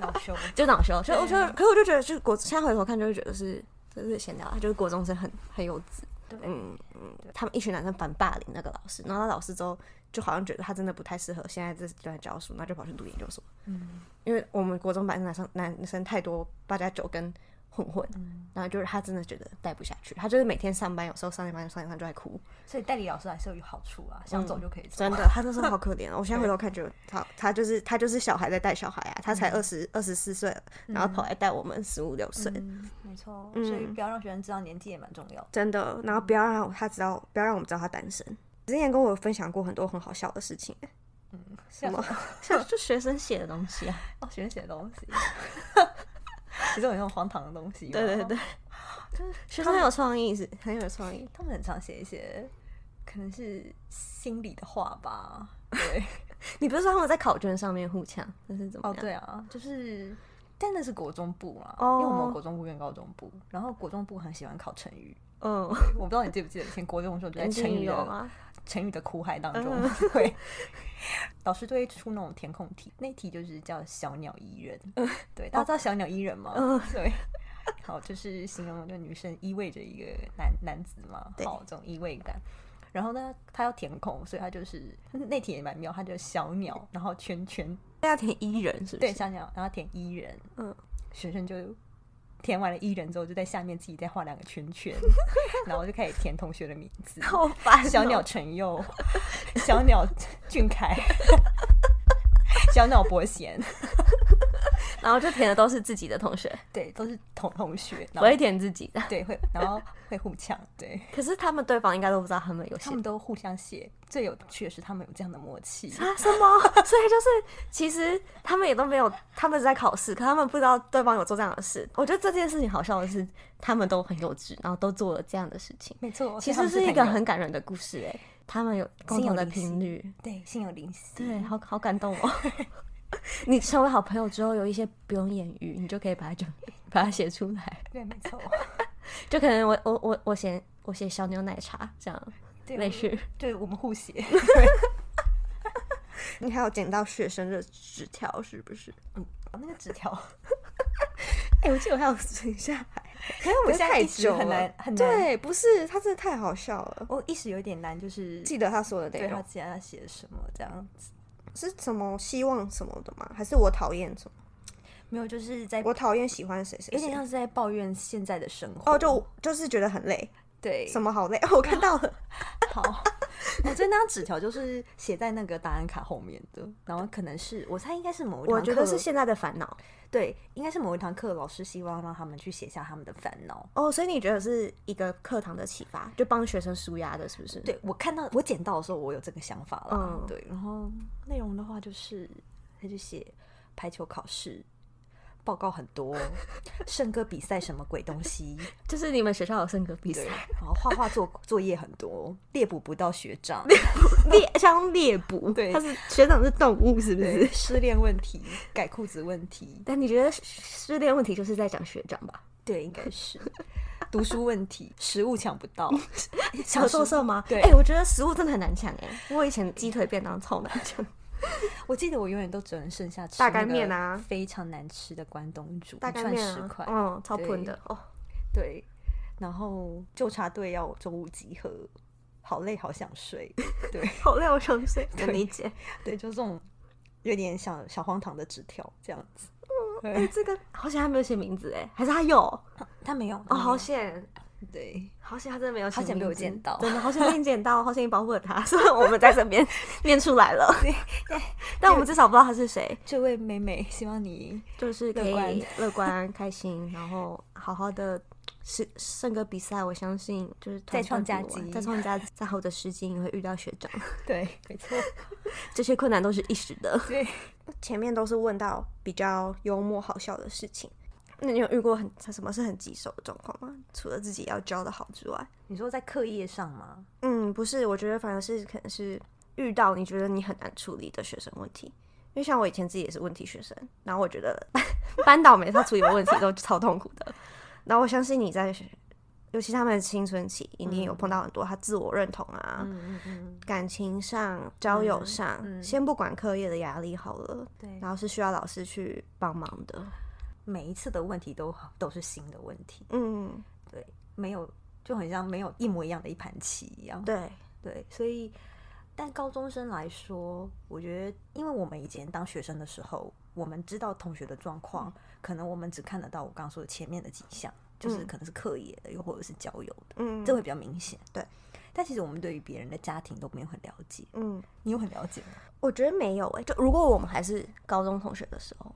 [SPEAKER 2] 老兄，
[SPEAKER 1] 就恼羞，所以我觉得，可是我就觉得，就是国现在回头看就会觉得是。就是闲聊，啊就是国中生很很幼稚，
[SPEAKER 2] 对
[SPEAKER 1] 嗯嗯，他们一群男生反霸凌那个老师，然后那老师之后就好像觉得他真的不太适合现在这段教书，那就跑去读研究所，
[SPEAKER 2] 嗯
[SPEAKER 1] 因为我们国中班男生男生太多八加九跟混混，
[SPEAKER 2] 嗯，
[SPEAKER 1] 然后就是他真的觉得待不下去，他就是每天上班，有时候上一班上一班就在哭，
[SPEAKER 2] 所以代理老师还是有好处啊，想走就可以走。
[SPEAKER 1] 嗯真的，他那时候好可怜哦。我现在回头看觉得他他就是他就是小孩在带小孩啊，他才二十二十四岁，然后跑来带我们十五六岁，
[SPEAKER 2] 嗯，没错，所以不要让学生知道年纪也蛮重要的。
[SPEAKER 1] 真的，然后不要让他知道，不要让我们知道他单身。之前跟我分享过很多很好笑的事情，
[SPEAKER 2] 什
[SPEAKER 1] 么 <laughs> 像就学生写的东西啊，
[SPEAKER 2] 哦，学生写的东西，其实有那种荒唐的东西。
[SPEAKER 1] 对对对，， <laughs> 学生很有创意是很有创意，
[SPEAKER 2] 他们很常写一些可能是心里的话吧。对，
[SPEAKER 1] 你不是说他们在考卷上面互呛，那是怎么
[SPEAKER 2] 哦
[SPEAKER 1] 样？
[SPEAKER 2] 对啊，就是。但那是国中部啦
[SPEAKER 1] 哦
[SPEAKER 2] 因为我们有国中部跟高中部，然后国中部很喜欢考成语。
[SPEAKER 1] 嗯， <laughs>
[SPEAKER 2] 我不知道你记不记得，以前国中的时候就在成语
[SPEAKER 1] 有
[SPEAKER 2] 的、
[SPEAKER 1] 啊，嗯
[SPEAKER 2] 成语的苦海当中， <laughs> 对，老师都会出那种填空题，那题就是叫“小鸟依人”，
[SPEAKER 1] 嗯
[SPEAKER 2] 对，大家知道“小鸟依人”吗？对， <laughs> 好，就是形容就女生依偎着一个男男子嘛，
[SPEAKER 1] 对
[SPEAKER 2] 好，这种依偎感。然后呢，他要填空，所以他就是那题也蛮妙，他就小鸟，然后圈圈，
[SPEAKER 1] 那要填伊人是不
[SPEAKER 2] 对，
[SPEAKER 1] 是？
[SPEAKER 2] 小鸟，然后填依人，
[SPEAKER 1] 嗯，
[SPEAKER 2] 学生就填完了依人之后，就在下面自己再画两个圈
[SPEAKER 4] <laughs>
[SPEAKER 2] 圈，然后就开始填同学的名字，
[SPEAKER 1] <laughs> 好烦哦
[SPEAKER 2] 小鸟陈佑， <laughs> 小鸟俊凯，小鸟伯贤，
[SPEAKER 4] 然后就填的都是自己的同学，
[SPEAKER 2] 对，都是同同学，
[SPEAKER 4] 不
[SPEAKER 2] 然后
[SPEAKER 4] 会填自己的。
[SPEAKER 2] 对会，然后会互呛，对，
[SPEAKER 4] 可是他们对方应该都不知道他们有
[SPEAKER 2] 他
[SPEAKER 4] 写
[SPEAKER 2] 们都互相写。最有趣的是，他们有这样的默契，
[SPEAKER 4] <laughs> 啊什么，所以就是其实他们也都没有，他们是在考试，可他们不知道对方有做这样的事。我觉得这件事情好笑的是，他们都很幼稚，然后都做了这样的事情。
[SPEAKER 2] 没错，
[SPEAKER 4] 其
[SPEAKER 2] 所
[SPEAKER 4] 实
[SPEAKER 2] 以他们
[SPEAKER 4] 是一
[SPEAKER 2] 朋
[SPEAKER 4] 个
[SPEAKER 2] 友
[SPEAKER 4] 很感人的故事哎、他们有共同的频率，
[SPEAKER 2] 对心有灵犀，
[SPEAKER 4] 对，好好感动 <laughs> 哦。你成为好朋友之后，有一些不用言语，你就可以把它就把它写出来。 <laughs>
[SPEAKER 2] 对，没错，
[SPEAKER 4] 就可能我我我我写我写小牛奶茶这样
[SPEAKER 2] 对
[SPEAKER 4] 类似，
[SPEAKER 2] 对我们
[SPEAKER 4] <laughs>
[SPEAKER 2] 互写，
[SPEAKER 1] 你还有捡到学生的纸条是不是？
[SPEAKER 2] 那个纸条，
[SPEAKER 1] 哎、我记得我还有存下来，
[SPEAKER 2] 可是我现在
[SPEAKER 1] 太
[SPEAKER 2] 一直
[SPEAKER 1] 久
[SPEAKER 2] 很
[SPEAKER 1] 了
[SPEAKER 2] 难很难，
[SPEAKER 1] 对，不是，他真的太好笑了，
[SPEAKER 2] 我一时有点难，就是
[SPEAKER 1] 记得他说的内
[SPEAKER 2] 对他
[SPEAKER 1] 容
[SPEAKER 2] 记得他写的什么这样子，
[SPEAKER 1] 是什么希望什么的吗？还是我讨厌什么？
[SPEAKER 2] 没有，就是在
[SPEAKER 1] 我讨厌喜欢谁谁
[SPEAKER 2] 有点
[SPEAKER 1] 谁
[SPEAKER 2] 像？是在抱怨现在的生活，
[SPEAKER 1] 哦，就就是觉得很累，
[SPEAKER 2] 对，
[SPEAKER 1] 什么好累？哦， <laughs> 我看到了，
[SPEAKER 2] 好， <laughs> 我这张纸条就是写在那个答案卡后面的，然后可能是我猜应该是某一堂
[SPEAKER 1] 我觉得
[SPEAKER 2] 课
[SPEAKER 1] 是现在的烦恼。
[SPEAKER 2] 对，应该是某一堂课老师希望让他们去写下他们的烦恼。
[SPEAKER 1] 哦，所以你觉得是一个课堂的启发，就帮学生舒压的，是不是？，
[SPEAKER 2] 对我看到我捡到的时候，我有这个想法了。
[SPEAKER 1] 嗯
[SPEAKER 2] 对，然后内容的话就是他就写排球考试。报告很多，圣歌比赛什么鬼东西？
[SPEAKER 4] 就是你们学校有升格比
[SPEAKER 2] 对
[SPEAKER 4] 赛，，
[SPEAKER 2] 然后画画作 <laughs> 作业很多，猎捕不到学长，
[SPEAKER 1] 猎像猎捕，
[SPEAKER 2] 对
[SPEAKER 1] 他是学长是动物，是不 <laughs>
[SPEAKER 2] 对
[SPEAKER 1] 是？
[SPEAKER 2] 失恋问题、改裤子问题，
[SPEAKER 4] 但你觉得失恋问题就是在讲学长吧？
[SPEAKER 2] 对，应该是读书问题，食物抢不
[SPEAKER 1] <laughs>
[SPEAKER 2] 到，
[SPEAKER 4] 小
[SPEAKER 2] 宿
[SPEAKER 4] 宿舍吗？
[SPEAKER 2] 对
[SPEAKER 4] 哎、我觉得食物真的很难抢哎、我以前鸡腿便当超难抢，
[SPEAKER 2] 我记得我永远都只能剩下吃
[SPEAKER 1] 大干
[SPEAKER 2] 那个
[SPEAKER 1] 面啊
[SPEAKER 2] 非常难吃的关东煮，
[SPEAKER 1] 大
[SPEAKER 2] 一
[SPEAKER 1] 概
[SPEAKER 2] 串
[SPEAKER 1] 面
[SPEAKER 2] 十块
[SPEAKER 1] 啊，，嗯，超
[SPEAKER 2] 对
[SPEAKER 1] 喷的哦。
[SPEAKER 2] 对。然后纠察队要我中午集合，好累，好想睡，对
[SPEAKER 1] 好累，我想睡。
[SPEAKER 2] 对
[SPEAKER 1] 能理解，
[SPEAKER 2] 对，就这种有点小小荒唐的纸条这样
[SPEAKER 1] <laughs>
[SPEAKER 2] 子。
[SPEAKER 1] 哎、
[SPEAKER 2] 对，
[SPEAKER 1] 这个
[SPEAKER 4] 好险他没有写名字哎、还是他有？
[SPEAKER 2] 他没有
[SPEAKER 1] 哦，好，险，
[SPEAKER 2] 对，
[SPEAKER 1] 好险，他真的没有写
[SPEAKER 2] 嗯好
[SPEAKER 1] 名字，
[SPEAKER 2] 险被我捡到
[SPEAKER 1] 真的好险被你捡到，好险你保护了他，虽然我们在这
[SPEAKER 2] <laughs>
[SPEAKER 1] 边念出来了，哎但我们至少不知道他是谁，
[SPEAKER 2] 这位美美，希望你
[SPEAKER 1] 就是可
[SPEAKER 2] 乐观
[SPEAKER 1] 以乐观、开心，然后好好的。是胜个比赛，我相信就是
[SPEAKER 2] 再创佳
[SPEAKER 1] 团队比完
[SPEAKER 2] 绩
[SPEAKER 1] 再创佳绩，再好的时机你会遇到学长，
[SPEAKER 2] 对，没错，
[SPEAKER 4] 这些困难都是一时的。
[SPEAKER 2] 对，
[SPEAKER 1] 前面都是问到比较幽默好笑的事情，那你有遇过很什么是很棘手的状况吗？除了自己要教的好之外，
[SPEAKER 2] <laughs> 你说在课业上吗？
[SPEAKER 1] 嗯，不是，我觉得反而是可能是遇到你觉得你很难处理的学生问题，因为像我以前自己也是问题学生，然后我觉得 <laughs> 班导每次要处理的问题都超痛苦的，然后我相信你在学，尤其他们的青春期，一定有碰到很多他自我认同啊，
[SPEAKER 2] 嗯嗯嗯，
[SPEAKER 1] 感情上、交友上，
[SPEAKER 2] 嗯
[SPEAKER 1] 先不管课业的压力好了，
[SPEAKER 2] 对。
[SPEAKER 1] 然后是需要老师去帮忙的，
[SPEAKER 2] 每一次的问题都都是新的问题，
[SPEAKER 1] 嗯，
[SPEAKER 2] 对，没有就很像没有一模一样的一盘棋一样，
[SPEAKER 1] 对，
[SPEAKER 2] 对，所以但高中生来说，我觉得因为我们以前当学生的时候，我们知道同学的状况，可能我们只看得到我刚刚说的前面的几项，就是
[SPEAKER 1] 嗯
[SPEAKER 2] 可能是课业的，又或者是交友的，
[SPEAKER 1] 嗯，
[SPEAKER 2] 这会比较明显，
[SPEAKER 1] 对。
[SPEAKER 2] 但其实我们对于别人的家庭都没有很了解，
[SPEAKER 1] 嗯，
[SPEAKER 2] 你有很了解吗？
[SPEAKER 1] 我觉得没有诶、就如果我们还是高中同学的时候。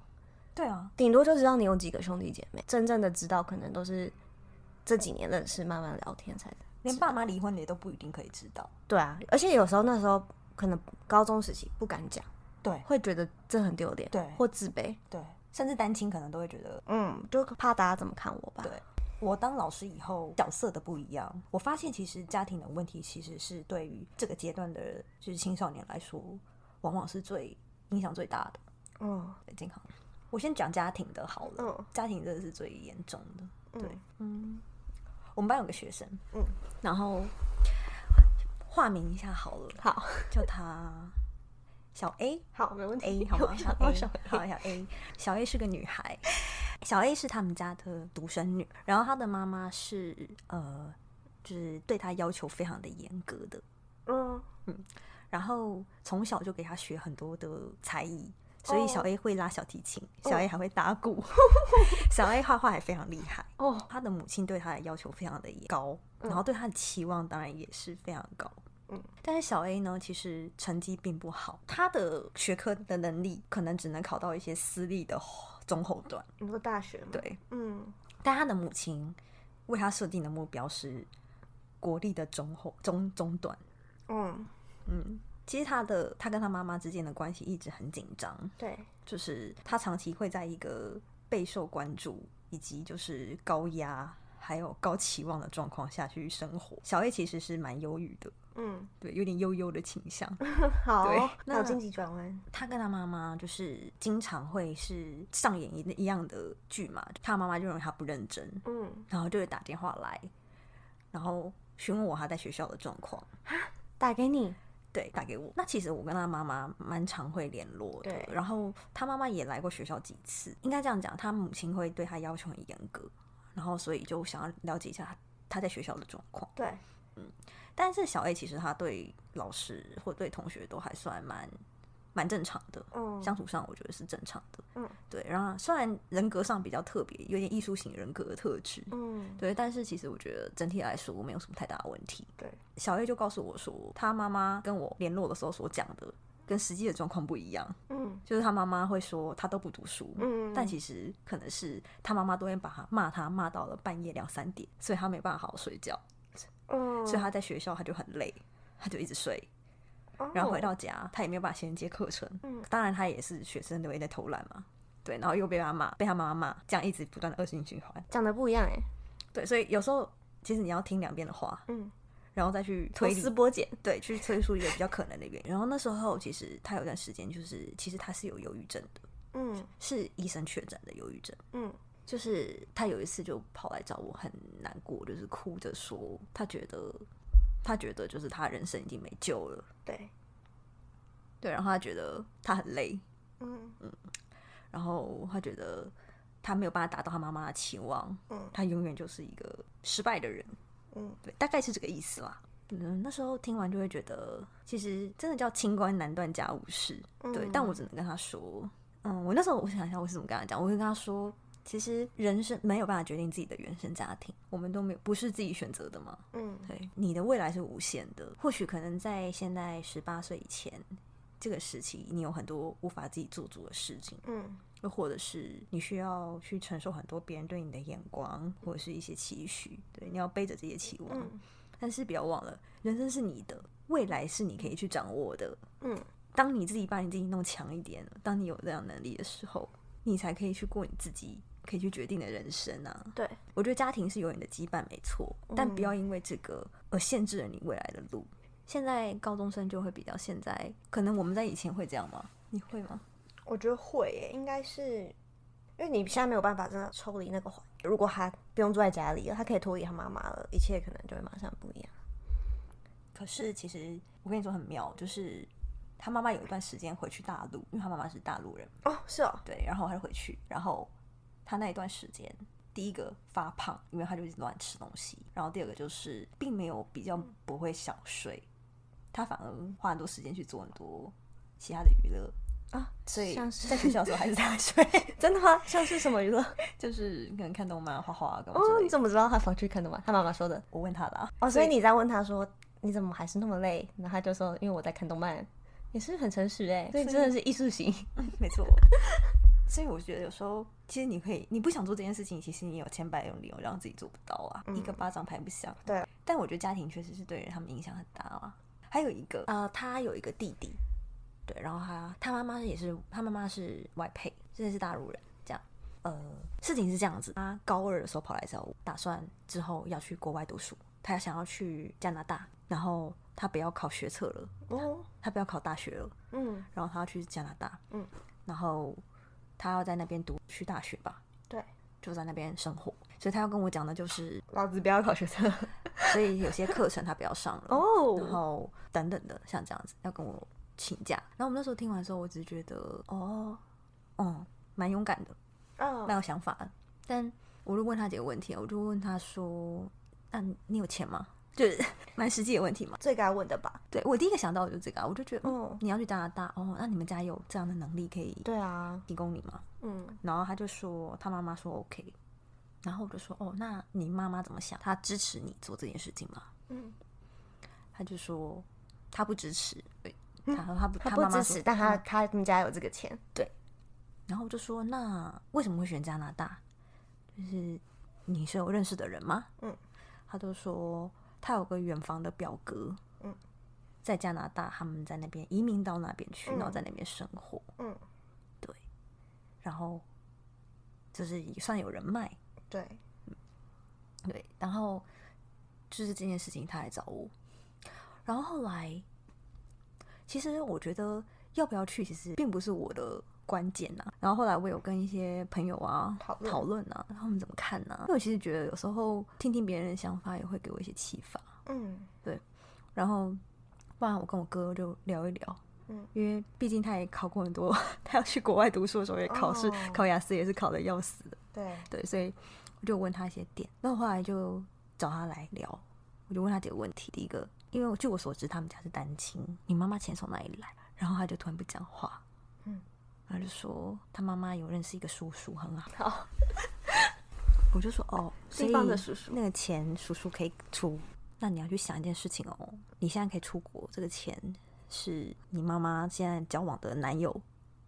[SPEAKER 2] 对啊，
[SPEAKER 1] 顶多就知道你有几个兄弟姐妹，真正的知道可能都是这几年认识，慢慢聊天才。
[SPEAKER 2] 连爸妈离婚了也都不一定可以知道，
[SPEAKER 1] 对啊，而且有时候那时候可能高中时期不敢讲，
[SPEAKER 2] 对
[SPEAKER 1] 会觉得这很丢脸，
[SPEAKER 2] 对
[SPEAKER 1] 或自卑，
[SPEAKER 2] 对，甚至单亲可能都会觉得
[SPEAKER 1] 嗯，就怕大家怎么看我吧。
[SPEAKER 2] 对我当老师以后，角色的不一样，我发现其实家庭的问题，其实是对于这个阶段的，就是青少年来说，往往是最影响最大的。
[SPEAKER 1] 嗯
[SPEAKER 2] 对健康，我先讲家庭的好了，
[SPEAKER 1] 嗯
[SPEAKER 2] 家庭真的是最严重的。对
[SPEAKER 1] 嗯，
[SPEAKER 2] 嗯，我们班有个学生，
[SPEAKER 1] 嗯，
[SPEAKER 2] 然后化名一下好了，
[SPEAKER 1] 好，
[SPEAKER 2] 叫他小 A。
[SPEAKER 1] 好，没问
[SPEAKER 2] A 好吗？小 A 好小 A，小 A 是个女孩，小 A 是他们家的独生女，然后她的妈妈是呃，就是对她要求非常的严格的，
[SPEAKER 1] 嗯，
[SPEAKER 2] 然后从小就给她学很多的才艺，所以小 A 会拉小提琴，小 A 还会打 <laughs> 鼓，小 A 画画还非常厉害
[SPEAKER 1] 哦。
[SPEAKER 2] 她的母亲对她的要求非常的高，然后对她的期望当然也是非常高。
[SPEAKER 1] 嗯，
[SPEAKER 2] 但是小 A 呢，其实成绩并不好，她的学科的能力可能只能考到一些私立的中后段。
[SPEAKER 1] 你说大学吗？，
[SPEAKER 2] 对，
[SPEAKER 1] 嗯，
[SPEAKER 2] 但他的母亲为他设定的目标是国立的中后中中段。
[SPEAKER 1] 嗯，
[SPEAKER 2] 嗯，其实他的他跟他妈妈之间的关系一直很紧张，
[SPEAKER 1] 对，
[SPEAKER 2] 就是他长期会在一个备受关注以及就是高压还有高期望的状况下去生活。小 A 其实是蛮忧郁的，
[SPEAKER 1] 嗯，
[SPEAKER 2] 对，有点悠悠的倾向。
[SPEAKER 1] 好
[SPEAKER 2] 对，
[SPEAKER 1] 脑
[SPEAKER 2] 那
[SPEAKER 1] 筋急转弯，
[SPEAKER 2] 他跟他妈妈就是经常会是上演一一样的剧嘛，他妈妈就认为他不认真，
[SPEAKER 1] 嗯，
[SPEAKER 2] 然后就会打电话来，然后询问我他在学校的状况，
[SPEAKER 1] 打给你，
[SPEAKER 2] 对，打给我。那其实我跟他妈妈蛮常会联络的
[SPEAKER 1] 对，
[SPEAKER 2] 然后他妈妈也来过学校几次，应该这样讲，他母亲会对他要求很严格，然后所以就想要了解一下他他在学校的状况。
[SPEAKER 1] 对，
[SPEAKER 2] 但是小 A 其实他对老师或对同学都还算蛮蛮正常的，
[SPEAKER 1] 嗯，
[SPEAKER 2] 相处上我觉得是正常的。
[SPEAKER 1] 嗯，
[SPEAKER 2] 对。然后虽然人格上比较特别，有点艺术型人格的特质，
[SPEAKER 1] 嗯，
[SPEAKER 2] 对，但是其实我觉得整体来说没有什么太大的问题。
[SPEAKER 1] 对，
[SPEAKER 2] 小 A 就告诉我说，他妈妈跟我联络的时候所讲的跟实际的状况不一样，
[SPEAKER 1] 嗯，
[SPEAKER 2] 就是他妈妈会说他都不读书。
[SPEAKER 1] 嗯，
[SPEAKER 2] 但其实可能是他妈妈都会把他骂他骂到了半夜两三点，所以他没办法好好睡觉，
[SPEAKER 1] 嗯，
[SPEAKER 2] 所以他在学校他就很累，他就一直睡，
[SPEAKER 1] 哦
[SPEAKER 2] 然后回，到家，他也没有办法衔接课程。
[SPEAKER 1] 嗯
[SPEAKER 2] 当然他也是学生留言在偷懒嘛，对，然后又被他骂，被他妈妈骂，这样一直不断的恶性循环。
[SPEAKER 1] 讲的不一样哎，
[SPEAKER 2] 对，所以有时候其实你要听两遍的话，
[SPEAKER 1] 嗯，
[SPEAKER 2] 然后再去
[SPEAKER 5] 抽
[SPEAKER 2] 推理
[SPEAKER 5] 丝，剥茧，
[SPEAKER 2] 对，去推出一个比较可能的原因。然后那时候其实他有段时间就是，其实他是有忧郁症的，
[SPEAKER 1] 嗯
[SPEAKER 2] 是医生确诊的忧郁症。
[SPEAKER 1] 嗯，
[SPEAKER 2] 就是他有一次就跑来找我，很难过，就是哭着说，他觉得他觉得就是他人生已经没救了，
[SPEAKER 1] 对，
[SPEAKER 2] 对，然后他觉得他很累，
[SPEAKER 1] 嗯
[SPEAKER 2] 然后他觉得他没有办法达到他妈妈的期望，
[SPEAKER 1] 嗯
[SPEAKER 2] 他永远就是一个失败的人，
[SPEAKER 1] 嗯，
[SPEAKER 2] 对，大概是这个意思啦。嗯，那时候听完就会觉得，其实真的叫清官难断家务事，对
[SPEAKER 1] 嗯。
[SPEAKER 2] 但我只能跟他说，嗯，我那时候我想一下，我是怎么跟他讲，我会跟他说，其实人生没有办法决定自己的原生家庭，我们都没有不是自己选择的嘛，
[SPEAKER 1] 嗯
[SPEAKER 2] 对，你的未来是无限的，或许可能在现在十八岁以前这个时期，你有很多无法自己做主的事情，
[SPEAKER 1] 嗯
[SPEAKER 2] 又或者是你需要去承受很多别人对你的眼光，或者是一些期许，对，你要背着这些期望。
[SPEAKER 1] 嗯
[SPEAKER 2] 但是不要忘了，人生是你的，未来是你可以去掌握的。
[SPEAKER 1] 嗯，
[SPEAKER 2] 当你自己把你自己弄强一点，当你有这样能力的时候，你才可以去过你自己可以去决定的人生啊。
[SPEAKER 1] 对，嗯
[SPEAKER 2] 我觉得家庭是有你的羁绊，没错，但不要因为这个而限制了你未来的路。现在高中生就会比较现在，可能我们在以前会这样吗？你会吗？
[SPEAKER 1] 我觉得会耶，应该是因为你现在没有办法真的抽离那个环境。如果他不用住在家里了，他可以脱离他妈妈了，一切可能就会马上不一样。
[SPEAKER 2] 可是其实我跟你说很妙，就是他妈妈有一段时间回去大陆，因为他妈妈是大陆人，
[SPEAKER 1] 哦，是哦，
[SPEAKER 2] 对，然后他就回去，然后他那一段时间，第一个发胖，因为他就一直乱吃东西，然后第二个就是并没有比较不会想睡，他反而花很多时间去做很多其他的娱乐。
[SPEAKER 1] 啊，
[SPEAKER 2] 所以
[SPEAKER 1] 像是
[SPEAKER 2] 在学校的时候还是在睡， <laughs>
[SPEAKER 1] 真的吗？像是什么娱 <laughs> 乐？
[SPEAKER 2] 就是可能看动漫、画画啊干嘛之
[SPEAKER 1] 哦，
[SPEAKER 2] 类
[SPEAKER 1] 你
[SPEAKER 2] 的。
[SPEAKER 1] 怎么知道他跑去看的吗？他妈妈说的。
[SPEAKER 2] 我问他啦，
[SPEAKER 1] 哦，所以你在问他说你怎么还是那么累？然后他就说因为我在看动漫。也是很诚实哎，所以
[SPEAKER 2] 所以
[SPEAKER 1] 真的是艺术型。
[SPEAKER 2] 没错。 <laughs> 所以我觉得有时候，其实你可以，你不想做这件事情，其实你有千百种理由让自己做不到啊，一个巴掌拍不响。啊
[SPEAKER 1] 对，
[SPEAKER 2] 但我觉得家庭确实是对人他们影响很大啊。还有一个，呃，他有一个弟弟，对，然后他他妈妈也是，他妈妈是外配，真的是大陆人，这样。呃，事情是这样子，他高二的时候跑来找我，打算之后要去国外读书，他想要去加拿大，然后他不要考学测了，
[SPEAKER 1] 哦，
[SPEAKER 2] 他不要考大学了，
[SPEAKER 1] 嗯，
[SPEAKER 2] 然后他要去加拿大，
[SPEAKER 1] 嗯，
[SPEAKER 2] 然后他要在那边读去大学吧，
[SPEAKER 1] 对，
[SPEAKER 2] 就在那边生活，所以他要跟我讲的就是，
[SPEAKER 1] 老子不要考学生。
[SPEAKER 2] 所以有些课程他不要上了
[SPEAKER 1] 哦
[SPEAKER 2] 然后等等的，像这样子要跟我请假，然后我们那时候听完之后，我只是觉得哦，哦，蛮勇敢的，
[SPEAKER 1] 嗯
[SPEAKER 2] 蛮有想法的，但我就问他几个问题，啊我就问他说，那、你有钱吗？就是 <laughs> 蛮实际的问题嘛。
[SPEAKER 1] 最该问的吧。
[SPEAKER 2] 对我第一个想到的就是这个啊，我就觉得，嗯，
[SPEAKER 1] 哦，
[SPEAKER 2] 你要去加拿大哦，那你们家有这样的能力可以
[SPEAKER 1] 对啊，
[SPEAKER 2] 提供你吗？
[SPEAKER 1] 嗯
[SPEAKER 2] 然后他就说他妈妈说 OK，然后我就说哦，那你妈妈怎么想？她支持你做这件事情吗？
[SPEAKER 1] 嗯，
[SPEAKER 2] 他就说他不支持，对，他说他不，
[SPEAKER 1] <laughs> 他
[SPEAKER 2] 他
[SPEAKER 1] 不
[SPEAKER 2] 妈妈
[SPEAKER 1] 支
[SPEAKER 2] 说
[SPEAKER 1] 持，但他他们家有这个钱。
[SPEAKER 2] 然后我就说那为什么会选加拿大？就是你是有认识的人吗？
[SPEAKER 1] 嗯，
[SPEAKER 2] 他就说他有个远房的表哥，
[SPEAKER 1] 嗯，
[SPEAKER 2] 在加拿大，他们在那边移民到那边去，然后在那边生活，
[SPEAKER 1] 嗯，
[SPEAKER 2] 对，然后就是也算有人脉，
[SPEAKER 1] 对，
[SPEAKER 2] 对，然后就是这件事情，他来找我，然后后来，其实我觉得要不要去，其实并不是我的关键呐、然后后来我有跟一些朋友啊
[SPEAKER 1] 讨论
[SPEAKER 2] 讨论啊，他们怎么看呢、因为我其实觉得有时候听听别人的想法也会给我一些启发，
[SPEAKER 1] 嗯
[SPEAKER 2] 然后不然我跟我哥就聊一聊。
[SPEAKER 1] 嗯，
[SPEAKER 2] 因为毕竟他也考过很多， <laughs> 他要去国外读书的时候也考试
[SPEAKER 1] 哦
[SPEAKER 2] 考雅思也是考的要死的。
[SPEAKER 1] 对，
[SPEAKER 2] 对，所以我就问他一些点，那我后来就找他来聊，我就问他几个问题。第一个，因为我据我所知，他们家是单亲，你妈妈钱从哪里来？然后他就突然不讲话，
[SPEAKER 1] 嗯，
[SPEAKER 2] 他就说他妈妈有认识一个叔叔，很好。 <laughs> 我就说哦，所以
[SPEAKER 5] 哦地方的叔叔
[SPEAKER 2] 那个钱叔叔可以出，那你要去想一件事情哦，你现在可以出国，这个钱是你妈妈现在交往的男友，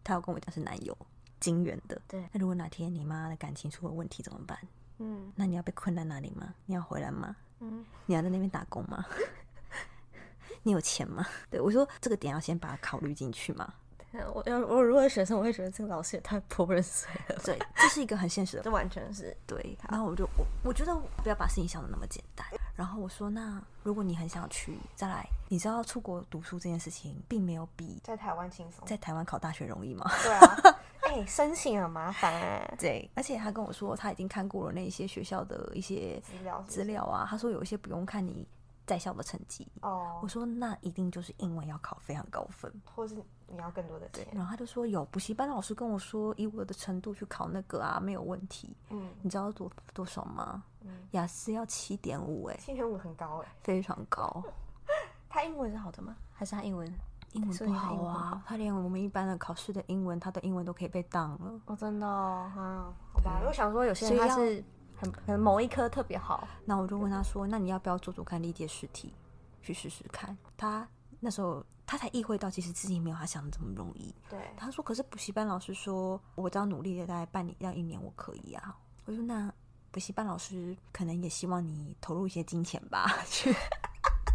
[SPEAKER 2] 他要跟我讲是男友，金元的。
[SPEAKER 5] 对
[SPEAKER 2] 那如果哪天你妈的感情出了问题怎么办？
[SPEAKER 1] 嗯
[SPEAKER 2] 那你要被困在哪里吗？你要回来吗？
[SPEAKER 1] 嗯，
[SPEAKER 2] 你要在那边打工吗？ <laughs> 你有钱吗？ <laughs> 对我说这个点要先把它考虑进去嘛。 <laughs>
[SPEAKER 5] 我要我如果是学生，我会觉得这个老师也太泼人水了。
[SPEAKER 2] 对，这是一个很现实的
[SPEAKER 1] 这完全是
[SPEAKER 2] 对，然后我就我我觉得不要把事情想的那么简单。然后我说，那如果你很想去，再来，你知道出国读书这件事情，并没有比
[SPEAKER 1] 在台湾轻松，
[SPEAKER 2] 在台湾考大学容易吗？ <laughs>
[SPEAKER 1] 对啊， <laughs> 哎，申请很麻烦哎，
[SPEAKER 2] 对，而且他跟我说他已经看过了那一些学校的一些
[SPEAKER 1] 资料是不是
[SPEAKER 2] 资料啊，他说有一些不用看你在校的成绩。我
[SPEAKER 1] 哦，
[SPEAKER 2] 说那一定就是英文要考非常高分，
[SPEAKER 1] 或是你要更多的钱，
[SPEAKER 2] 然后他就说有补习班老师跟我说，以我的程度去考那个啊，没有问题。
[SPEAKER 1] 嗯，
[SPEAKER 2] 你知道多多少吗
[SPEAKER 1] 嗯？
[SPEAKER 2] 雅思要七点五，哎，
[SPEAKER 1] 七点五很高哎，
[SPEAKER 2] 非常高。
[SPEAKER 5] 他英文是好的吗？还是他英文？
[SPEAKER 2] 英文
[SPEAKER 5] 所
[SPEAKER 2] 不
[SPEAKER 5] 以他
[SPEAKER 2] 好
[SPEAKER 5] 英文不
[SPEAKER 2] 啊，他连我们一般的考试的英文，他的英文都可以被当了。
[SPEAKER 5] 哦，真的哦。
[SPEAKER 1] 啊，好吧，
[SPEAKER 5] 我
[SPEAKER 1] 我想
[SPEAKER 5] 想说，有些人
[SPEAKER 2] 所以
[SPEAKER 5] 他
[SPEAKER 2] 要
[SPEAKER 5] 是很可能某一科特别好，
[SPEAKER 2] 那我就问他说：“那你要不要做做看历届试题，去试试看？”他那时候他才意会到，其实自己没有他想的这么容易。
[SPEAKER 1] <laughs> 对，
[SPEAKER 2] 他说：“可是补习班老师说，我只要努力了大概半年到一年，我可以啊。”我说：“那补习班老师可能也希望你投入一些金钱吧，去 <laughs>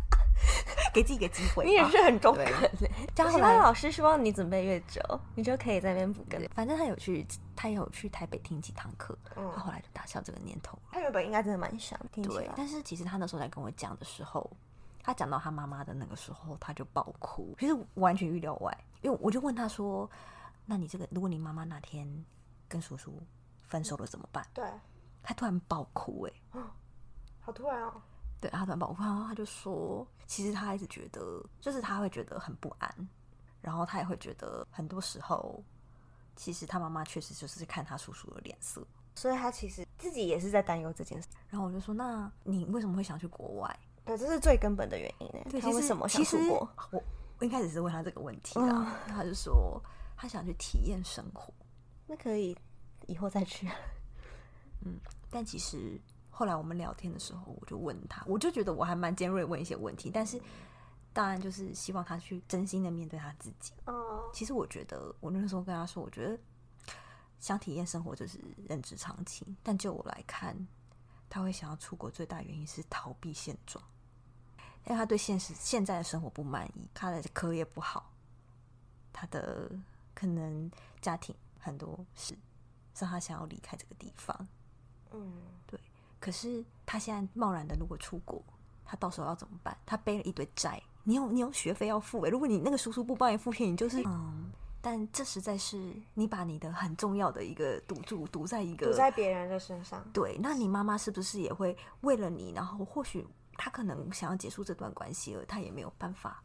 [SPEAKER 2] 给自己一个机会。”
[SPEAKER 5] 你也是很中肯
[SPEAKER 1] <laughs>
[SPEAKER 2] 对
[SPEAKER 5] 欸。
[SPEAKER 2] 加
[SPEAKER 5] 希
[SPEAKER 2] 后
[SPEAKER 5] 望
[SPEAKER 2] 来，
[SPEAKER 5] 老师希望你准备越久，你就可以在那边补更多。
[SPEAKER 2] 反正他有去，他有去台北听几堂课，
[SPEAKER 1] 嗯
[SPEAKER 2] 他后来就打消这个念头了。
[SPEAKER 1] 他原本应该真的蛮想听起
[SPEAKER 2] 对，
[SPEAKER 1] 来，
[SPEAKER 2] 但是其实他那时候在跟我讲的时候，他讲到他妈妈的那个时候，他就爆哭。其实我完全预料外，因为我就问他说：“那你这个，如果你妈妈哪天跟叔叔分手了怎么办
[SPEAKER 1] 对，？”
[SPEAKER 2] 他突然爆哭、欸，
[SPEAKER 1] 好突然哦，
[SPEAKER 2] 对，他突然爆哭，然后他就说，其实他一直觉得，就是他会觉得很不安，然后他也会觉得很多时候，其实他妈妈确实就是看他叔叔的脸色，
[SPEAKER 1] 所以他其实自己也是在担忧这件事，
[SPEAKER 2] 然后我就说，那你为什么会想去国外？
[SPEAKER 1] 对，这是最根本的原因哎，
[SPEAKER 2] 对，
[SPEAKER 1] 他
[SPEAKER 2] 其
[SPEAKER 1] 为
[SPEAKER 2] 实
[SPEAKER 1] 什么
[SPEAKER 2] 其
[SPEAKER 1] 想嗯出
[SPEAKER 2] 实
[SPEAKER 1] 国？
[SPEAKER 2] 我我一开始是问他这个问题啦，他就说他想去体验生活，
[SPEAKER 1] 那可以以后再去，
[SPEAKER 2] 但其实后来我们聊天的时候，我就问他，我就觉得我还蛮尖锐问一些问题，但是当然就是希望他去真心的面对他自己。
[SPEAKER 1] 哦，
[SPEAKER 2] 其实我觉得我那时候跟他说，我觉得想体验生活就是人之常情，但就我来看，他会想要出国最大原因是逃避现状。因为他对现实现在的生活不满意，他的课业不好，他的可能家庭很多事，让他想要离开这个地方。
[SPEAKER 1] 嗯，
[SPEAKER 2] 可是他现在贸然的如果出国，他到时候要怎么办？他背了一堆债，你有你有学费要付诶、欸如果你那个叔叔不帮你付钱，你就是嗯。但这实在是你把你的很重要的一个赌注赌在一个
[SPEAKER 1] 赌在别人的身上，
[SPEAKER 2] 对，那你妈妈是不是也会为了你，然后或许她可能想要结束这段关系了，她也没有办法，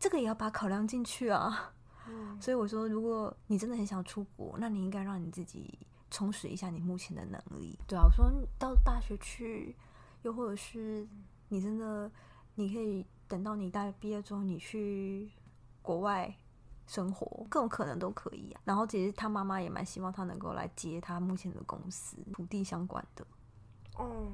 [SPEAKER 2] 这个也要把它考量进去啊。
[SPEAKER 1] 嗯
[SPEAKER 2] 所以我说，如果你真的很想出国，那你应该让你自己充实一下你目前的能力。对啊，我说到大学去，又或者是你真的，你可以等到你大学毕业之后，你去国外生活，各种可能都可以啊。然后其实他妈妈也蛮希望他能够来接他目前的公司土地相关的，
[SPEAKER 1] 嗯，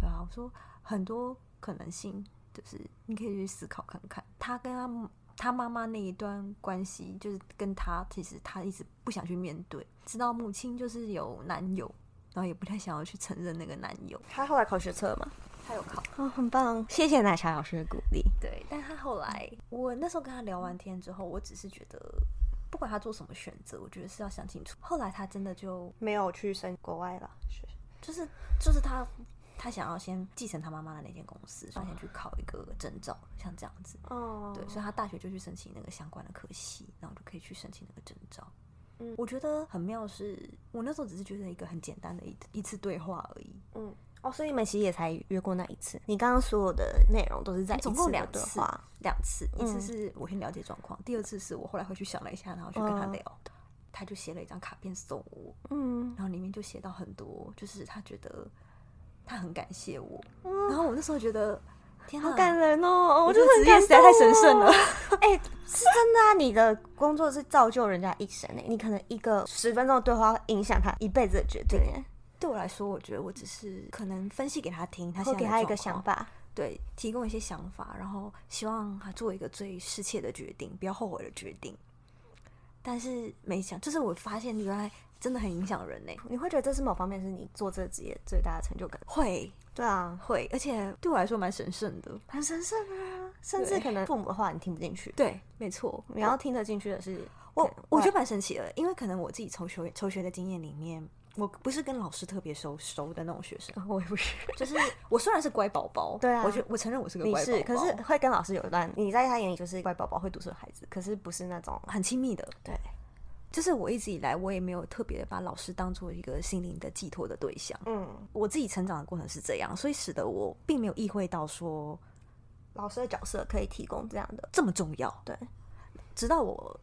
[SPEAKER 2] 对啊，我说很多可能性，就是你可以去思考看看。他跟他他妈妈那一段关系，就是跟他其实他一直不想去面对，知道母亲就是有男友，然后也不太想要去承认那个男友。
[SPEAKER 1] 他后来考学测嘛，
[SPEAKER 2] 他有考，
[SPEAKER 1] 哦，很棒，谢谢奶茶老师的鼓励。
[SPEAKER 2] 对，但他后来，我那时候跟他聊完天之后，我只是觉得，不管他做什么选择，我觉得是要想清楚。后来他真的就
[SPEAKER 6] 没有去升国外了，是
[SPEAKER 2] 就是就是他他想要先继承他妈妈的那间公司，所以他先去考一个证照，像这样子。
[SPEAKER 6] 哦
[SPEAKER 2] 对，所以他大学就去申请那个相关的科系，然后就可以去申请那个证照。嗯，我觉得很妙是，我那时候只是觉得一个很简单的一一次对话而已，
[SPEAKER 6] 嗯，
[SPEAKER 1] 哦，所以你们其实也才约过那一次。你刚刚所有的内容都是在一
[SPEAKER 2] 总共
[SPEAKER 1] 次的
[SPEAKER 2] 两
[SPEAKER 1] 对
[SPEAKER 2] 次
[SPEAKER 1] 话，
[SPEAKER 2] 两次，一
[SPEAKER 1] 嗯
[SPEAKER 2] 次是我先了解状况，第二次是我后来回去想了一下，然后去跟他聊，他就写了一张卡片送我，
[SPEAKER 1] 嗯，
[SPEAKER 2] 然后里面就写到很多，就是他觉得他很感谢我，然后我那时候觉得天
[SPEAKER 1] 嗯好
[SPEAKER 2] 哪，
[SPEAKER 1] 感人哦！我
[SPEAKER 2] 我
[SPEAKER 1] 就
[SPEAKER 2] 这
[SPEAKER 1] 很
[SPEAKER 2] 个职业
[SPEAKER 1] 感
[SPEAKER 2] 实在太神
[SPEAKER 1] 动
[SPEAKER 2] 圣
[SPEAKER 1] 哦
[SPEAKER 2] 了。
[SPEAKER 1] 是真的啊！你的工作是造就人家一生欸诶、你可能一个十分钟的对话会影响他一辈子的决定、欸，
[SPEAKER 2] <laughs> 对我来说，我觉得我只是可能分析给他听，他
[SPEAKER 1] 会
[SPEAKER 2] 现
[SPEAKER 1] 给
[SPEAKER 2] 在
[SPEAKER 1] 他
[SPEAKER 2] 的
[SPEAKER 1] 一个
[SPEAKER 2] 状
[SPEAKER 1] 想
[SPEAKER 2] 况，
[SPEAKER 1] 法。
[SPEAKER 2] 对，提供一些想法，然后希望他做一个最适切的决定，不要后悔的决定。但是没想，就是我发现原来真的很影响人呢、
[SPEAKER 1] 你会觉得这是某方面是你做这个职业最大的成就感？
[SPEAKER 2] 会
[SPEAKER 1] 对啊，
[SPEAKER 2] 会，而且对我来说蛮神圣的。
[SPEAKER 1] 很神圣啊！甚至
[SPEAKER 2] 对
[SPEAKER 1] 可能父母的话你听不进去，
[SPEAKER 2] 对，没错，
[SPEAKER 1] 你要听得进去的是
[SPEAKER 2] 我我觉
[SPEAKER 1] 就
[SPEAKER 2] 得蛮神奇的，因为可能我自己从求求学的经验里面，我不是跟老师特别熟熟的那种学生，
[SPEAKER 1] 啊我也不是，
[SPEAKER 2] 就是我虽然是乖宝宝，
[SPEAKER 1] 对啊
[SPEAKER 2] 我觉得我承认我是个
[SPEAKER 1] 你
[SPEAKER 2] 乖宝宝，
[SPEAKER 1] 是可是会跟老师有一段，你在他眼里就是乖宝宝会读书的孩子，可是不是那种
[SPEAKER 2] 很亲密的，
[SPEAKER 1] 对
[SPEAKER 2] 就是我一直以来，我也没有特别把老师当做一个心灵的寄托的对象。
[SPEAKER 1] 嗯
[SPEAKER 2] 我自己成长的过程是这样，所以使得我并没有意会到说
[SPEAKER 1] 老师的角色可以提供这样的
[SPEAKER 2] 这么重要。
[SPEAKER 1] 对，
[SPEAKER 2] 直到我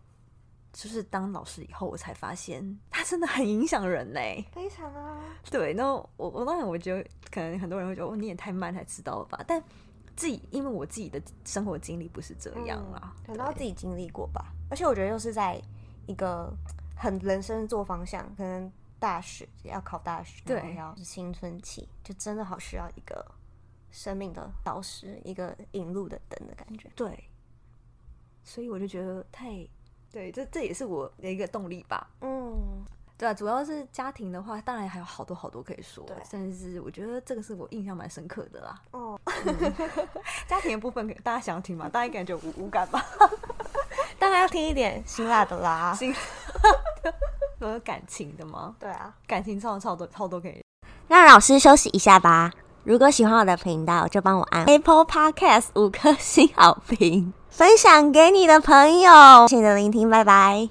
[SPEAKER 2] 就是当老师以后，我才发现他真的很影响人呢、
[SPEAKER 1] 非常啊，
[SPEAKER 2] 对，那我我当然我觉得可能很多人会觉得哦，你也太慢才知道吧，但自己因为我自己的生活经历不是这样啦，
[SPEAKER 1] 嗯可能要自己经历过吧。而且我觉得又是在一个很人生做方向，可能大学要考大学，
[SPEAKER 2] 对
[SPEAKER 1] 然后要青春期，就真的好需要一个生命的导师，一个引路的灯的感觉。
[SPEAKER 2] 对，所以我就觉得太对，这这也是我的一个动力吧。
[SPEAKER 1] 嗯，
[SPEAKER 2] 对啊，主要是家庭的话，当然还有好多好多可以说，甚至是我觉得这个是我印象蛮深刻的啦。 <laughs>
[SPEAKER 1] 哦
[SPEAKER 2] 嗯，家庭的部分可大家想听吗？大家应该就无无感吧，
[SPEAKER 1] <laughs> 当然要听一点辛辣的啦。
[SPEAKER 2] 心 <laughs> 有感情的吗？
[SPEAKER 1] 对啊，
[SPEAKER 2] 感情超超多超多可以
[SPEAKER 6] 让老师休息一下吧。如果喜欢我的频道，就帮我按
[SPEAKER 1] Apple Podcast 五颗星好评。
[SPEAKER 6] 分享给你的朋友。谢谢你的聆听，拜拜。